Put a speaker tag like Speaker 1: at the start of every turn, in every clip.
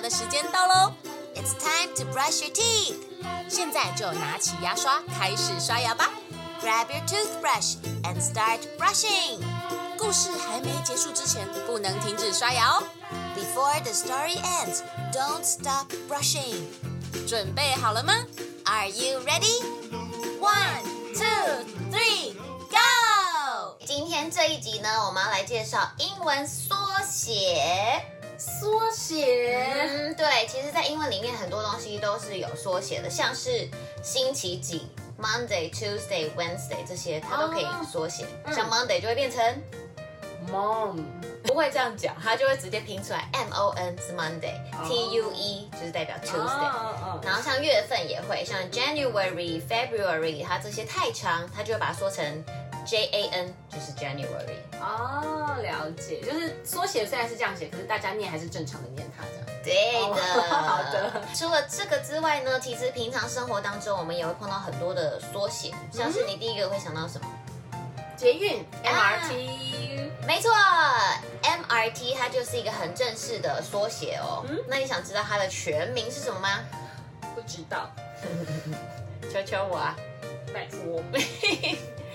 Speaker 1: 的时间到喽，It's time to brush your teeth。现在就拿起牙刷开始刷牙吧，Grab your toothbrush and start brushing。故事还没结束之前，不能停止刷牙哦。Before the story ends, don't stop brushing。准备好了吗？Are you ready? One, two, three, go！
Speaker 2: 今天这一集呢，我们要来介绍英文缩写。
Speaker 1: 缩写
Speaker 2: 嗯，对，其实，在英文里面很多东西都是有缩写的，像是星期几 （Monday、Tuesday、Wednesday） 这些，它都可以缩写。
Speaker 1: 嗯
Speaker 2: 像 Monday 就会变成，
Speaker 1: ，Mom，
Speaker 2: 不会这样讲，它就会直接拼出来，M O N 是 Monday，T、U E 就是代表 Tuesday。
Speaker 1: 哦
Speaker 2: 然后像月份也会，像 January、February，它这些太长，它就会把它缩成 J A N，就是 January。
Speaker 1: 哦，了解，就是缩写虽然是这样写，可是大家念还是正常的念它这样。
Speaker 2: 对的，
Speaker 1: 哦 好的
Speaker 2: 除了这个之外呢，其实平常生活当中我们也会碰到很多的缩写，像
Speaker 1: 嗯
Speaker 2: 是你第一个会想到什么？
Speaker 1: 捷运
Speaker 2: 啊
Speaker 1: MRT，
Speaker 2: 没错，MRT 它就是一个很正式的缩写哦。
Speaker 1: 嗯
Speaker 2: 那你想知道它的全名是什么吗？
Speaker 1: 不知道，
Speaker 2: 求求我啊
Speaker 1: 拜托。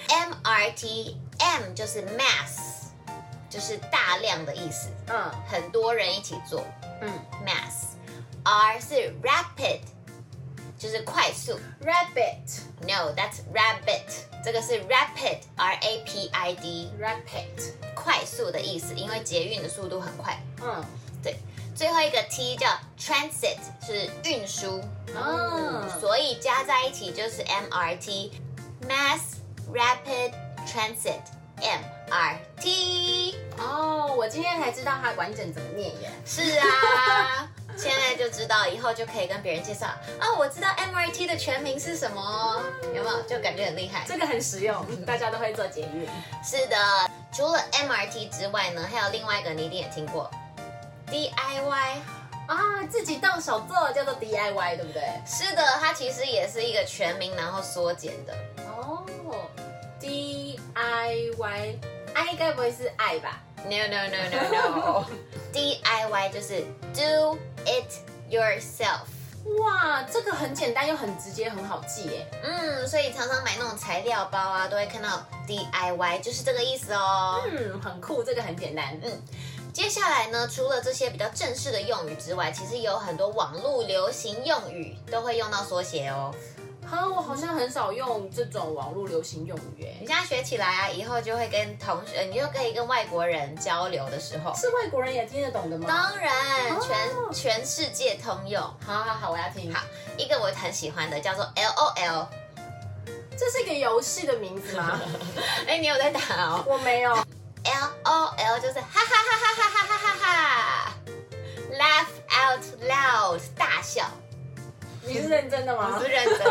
Speaker 2: ！MRT M 就是 mass，就是大量的意思，
Speaker 1: 嗯
Speaker 2: 很多人一起做。
Speaker 1: 嗯
Speaker 2: mass。R 是 rapid，就是快速。
Speaker 1: ，Rabbit
Speaker 2: No, that's rabbit。这个是 rapid, R A P I D，
Speaker 1: Rabbit，
Speaker 2: 快速的意思，因为捷运的速度很快。
Speaker 1: 嗯
Speaker 2: 对，最后一个 T 叫 transit，是运输。
Speaker 1: 哦
Speaker 2: 嗯，所以加在一起就是 MRT。Mass Rapid Transit MRT。
Speaker 1: 哦，我今天才知道它完整怎么念耶。
Speaker 2: 是啊，现在就知道，以后就可以跟别人介绍啊、我知道 MRT 的全名是什么，有没有？就感觉很厉害。
Speaker 1: 这个很实用，大家都会做捷运。
Speaker 2: 是的，除了 MRT 之外呢，还有另外一个你一定也听过，DIY。
Speaker 1: 啊，自己动手做叫做 DIY，对不对？
Speaker 2: 是的，它其实也是一个全名，然后缩减的。
Speaker 1: 哦，DIY，I 该不会是爱吧？
Speaker 2: No no no no no。DIY 就是 Do it yourself。
Speaker 1: 哇，这个很简单又很直接，很好记耶。
Speaker 2: 嗯，所以常常买那种材料包啊，都会看到 DIY，就是这个意思哦。
Speaker 1: 嗯，很酷，这个很简单。嗯，
Speaker 2: 接下来呢，除了这些比较正式的用语之外，其实也有很多网络流行用语都会用到缩写哦。
Speaker 1: 好，我好像很少用这种网络流行用语耶
Speaker 2: 你。现在学起来啊，以后就会跟同学，你就可以跟外国人交流的时候，
Speaker 1: 是外国人也听得懂的吗？
Speaker 2: 当然
Speaker 1: 哦
Speaker 2: 全全世界通用。
Speaker 1: 好好好，我要听。
Speaker 2: 好，一个我很喜欢的叫做 LOL，
Speaker 1: 这是一个游戏的名字吗？
Speaker 2: 哎、你有在打哦
Speaker 1: 我没有。
Speaker 2: ？LOL 就是哈哈哈哈哈哈哈哈哈，laugh out loud 大笑。
Speaker 1: 你是认真的吗
Speaker 2: 不是？认真的。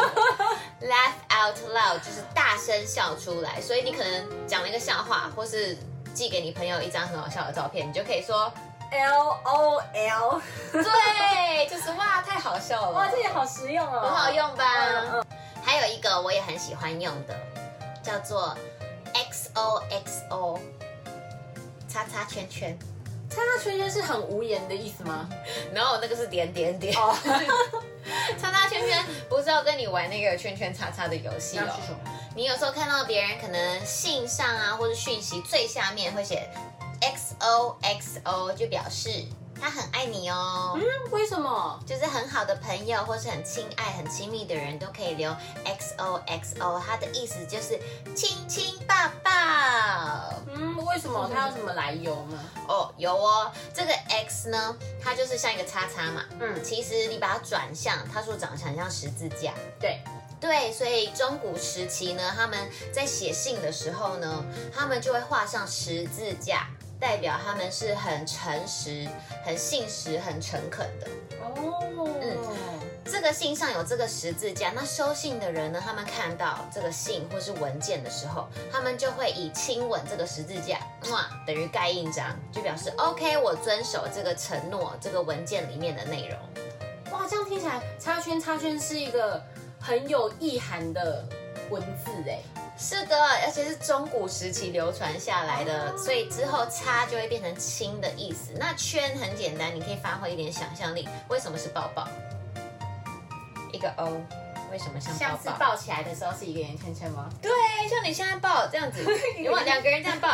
Speaker 2: Laugh out loud 就是大声笑出来，所以你可能讲了一个笑话，或是寄给你朋友一张很好笑的照片，你就可以说，
Speaker 1: L O L，
Speaker 2: 对，就是哇，太好笑了，
Speaker 1: 哇，这也好实用哦，
Speaker 2: 很好用吧？
Speaker 1: 嗯。嗯
Speaker 2: 还有一个我也很喜欢用的，叫做 XOXO，叉叉圈圈。
Speaker 1: 叉叉圈圈是很无言的意思吗？
Speaker 2: 然后那个是点点点，
Speaker 1: 哦，
Speaker 2: 叉叉圈圈不是要跟你玩那个圈圈叉叉的游戏哦。
Speaker 1: 么？
Speaker 2: 你有时候看到别人可能信上啊，或者讯息最下面会写 X O X O，就表示他很爱你哦，
Speaker 1: 嗯，为什么？
Speaker 2: 就是很好的朋友或是很亲爱、很亲密的人都可以留 X O X O，它的意思就是亲亲抱抱。
Speaker 1: 嗯，为什么？它有什么来由吗？
Speaker 2: 哦，有哦，这个 X 呢，它就是像一个叉叉嘛，
Speaker 1: 嗯，
Speaker 2: 其实你把它转向，它说长得很像十字架。
Speaker 1: 对，
Speaker 2: 对，所以中古时期呢，他们在写信的时候呢，他们就会画上十字架，代表他们是很诚实、很信实、很诚恳的。
Speaker 1: 哦，
Speaker 3: 嗯
Speaker 2: 这个信上有这个十字架，那收信的人呢，他们看到这个信或是文件的时候，他们就会以亲吻这个十字架，哇，等于盖印章，就表示 OK，我遵守这个承诺，这个文件里面的内容。
Speaker 1: 哇，这样听起
Speaker 3: 欸
Speaker 1: 来，插圈插圈是一个很有意涵的文字哎，
Speaker 2: 是的，而且是中古时期流传下来的，所以之后擦就会变成亲的意思。那圈很简单，你可以发挥一点想象力。为什么是抱抱？一个 O，为什么像
Speaker 3: 上次
Speaker 2: 抱抱？
Speaker 3: 抱起来的时候是一个圆圈圈吗？
Speaker 2: 对，像你现在抱这 样子，如果两个人这样抱，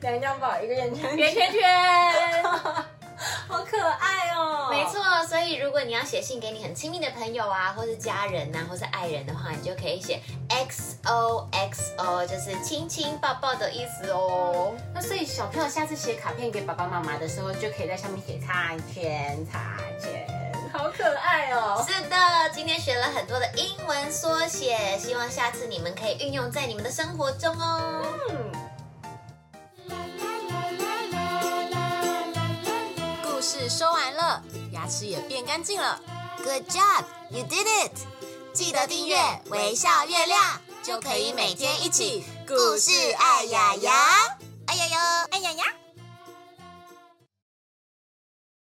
Speaker 3: 两张抱一个圆圈
Speaker 4: 圆
Speaker 3: 圈，
Speaker 4: 圈 圈，
Speaker 3: 好可爱哦
Speaker 2: 没，错。所以如果你要写信给你很亲密的朋友啊，或是家人呐、或是爱人的话，你就可以写 X O X O，就是亲亲抱抱的意思哦。
Speaker 3: 那所以小朋友下次写卡片给爸爸妈妈的时候，就可以在上面写擦圈擦圈，好可爱哦。
Speaker 2: 是的，今天学了很多的英文缩写，希望下次你们可以运用在你们的生活中哦。
Speaker 1: 故事说完了，牙齿也变干净了。Good job, you did it！记得订阅微笑月亮，就可以每天一起故事爱牙牙。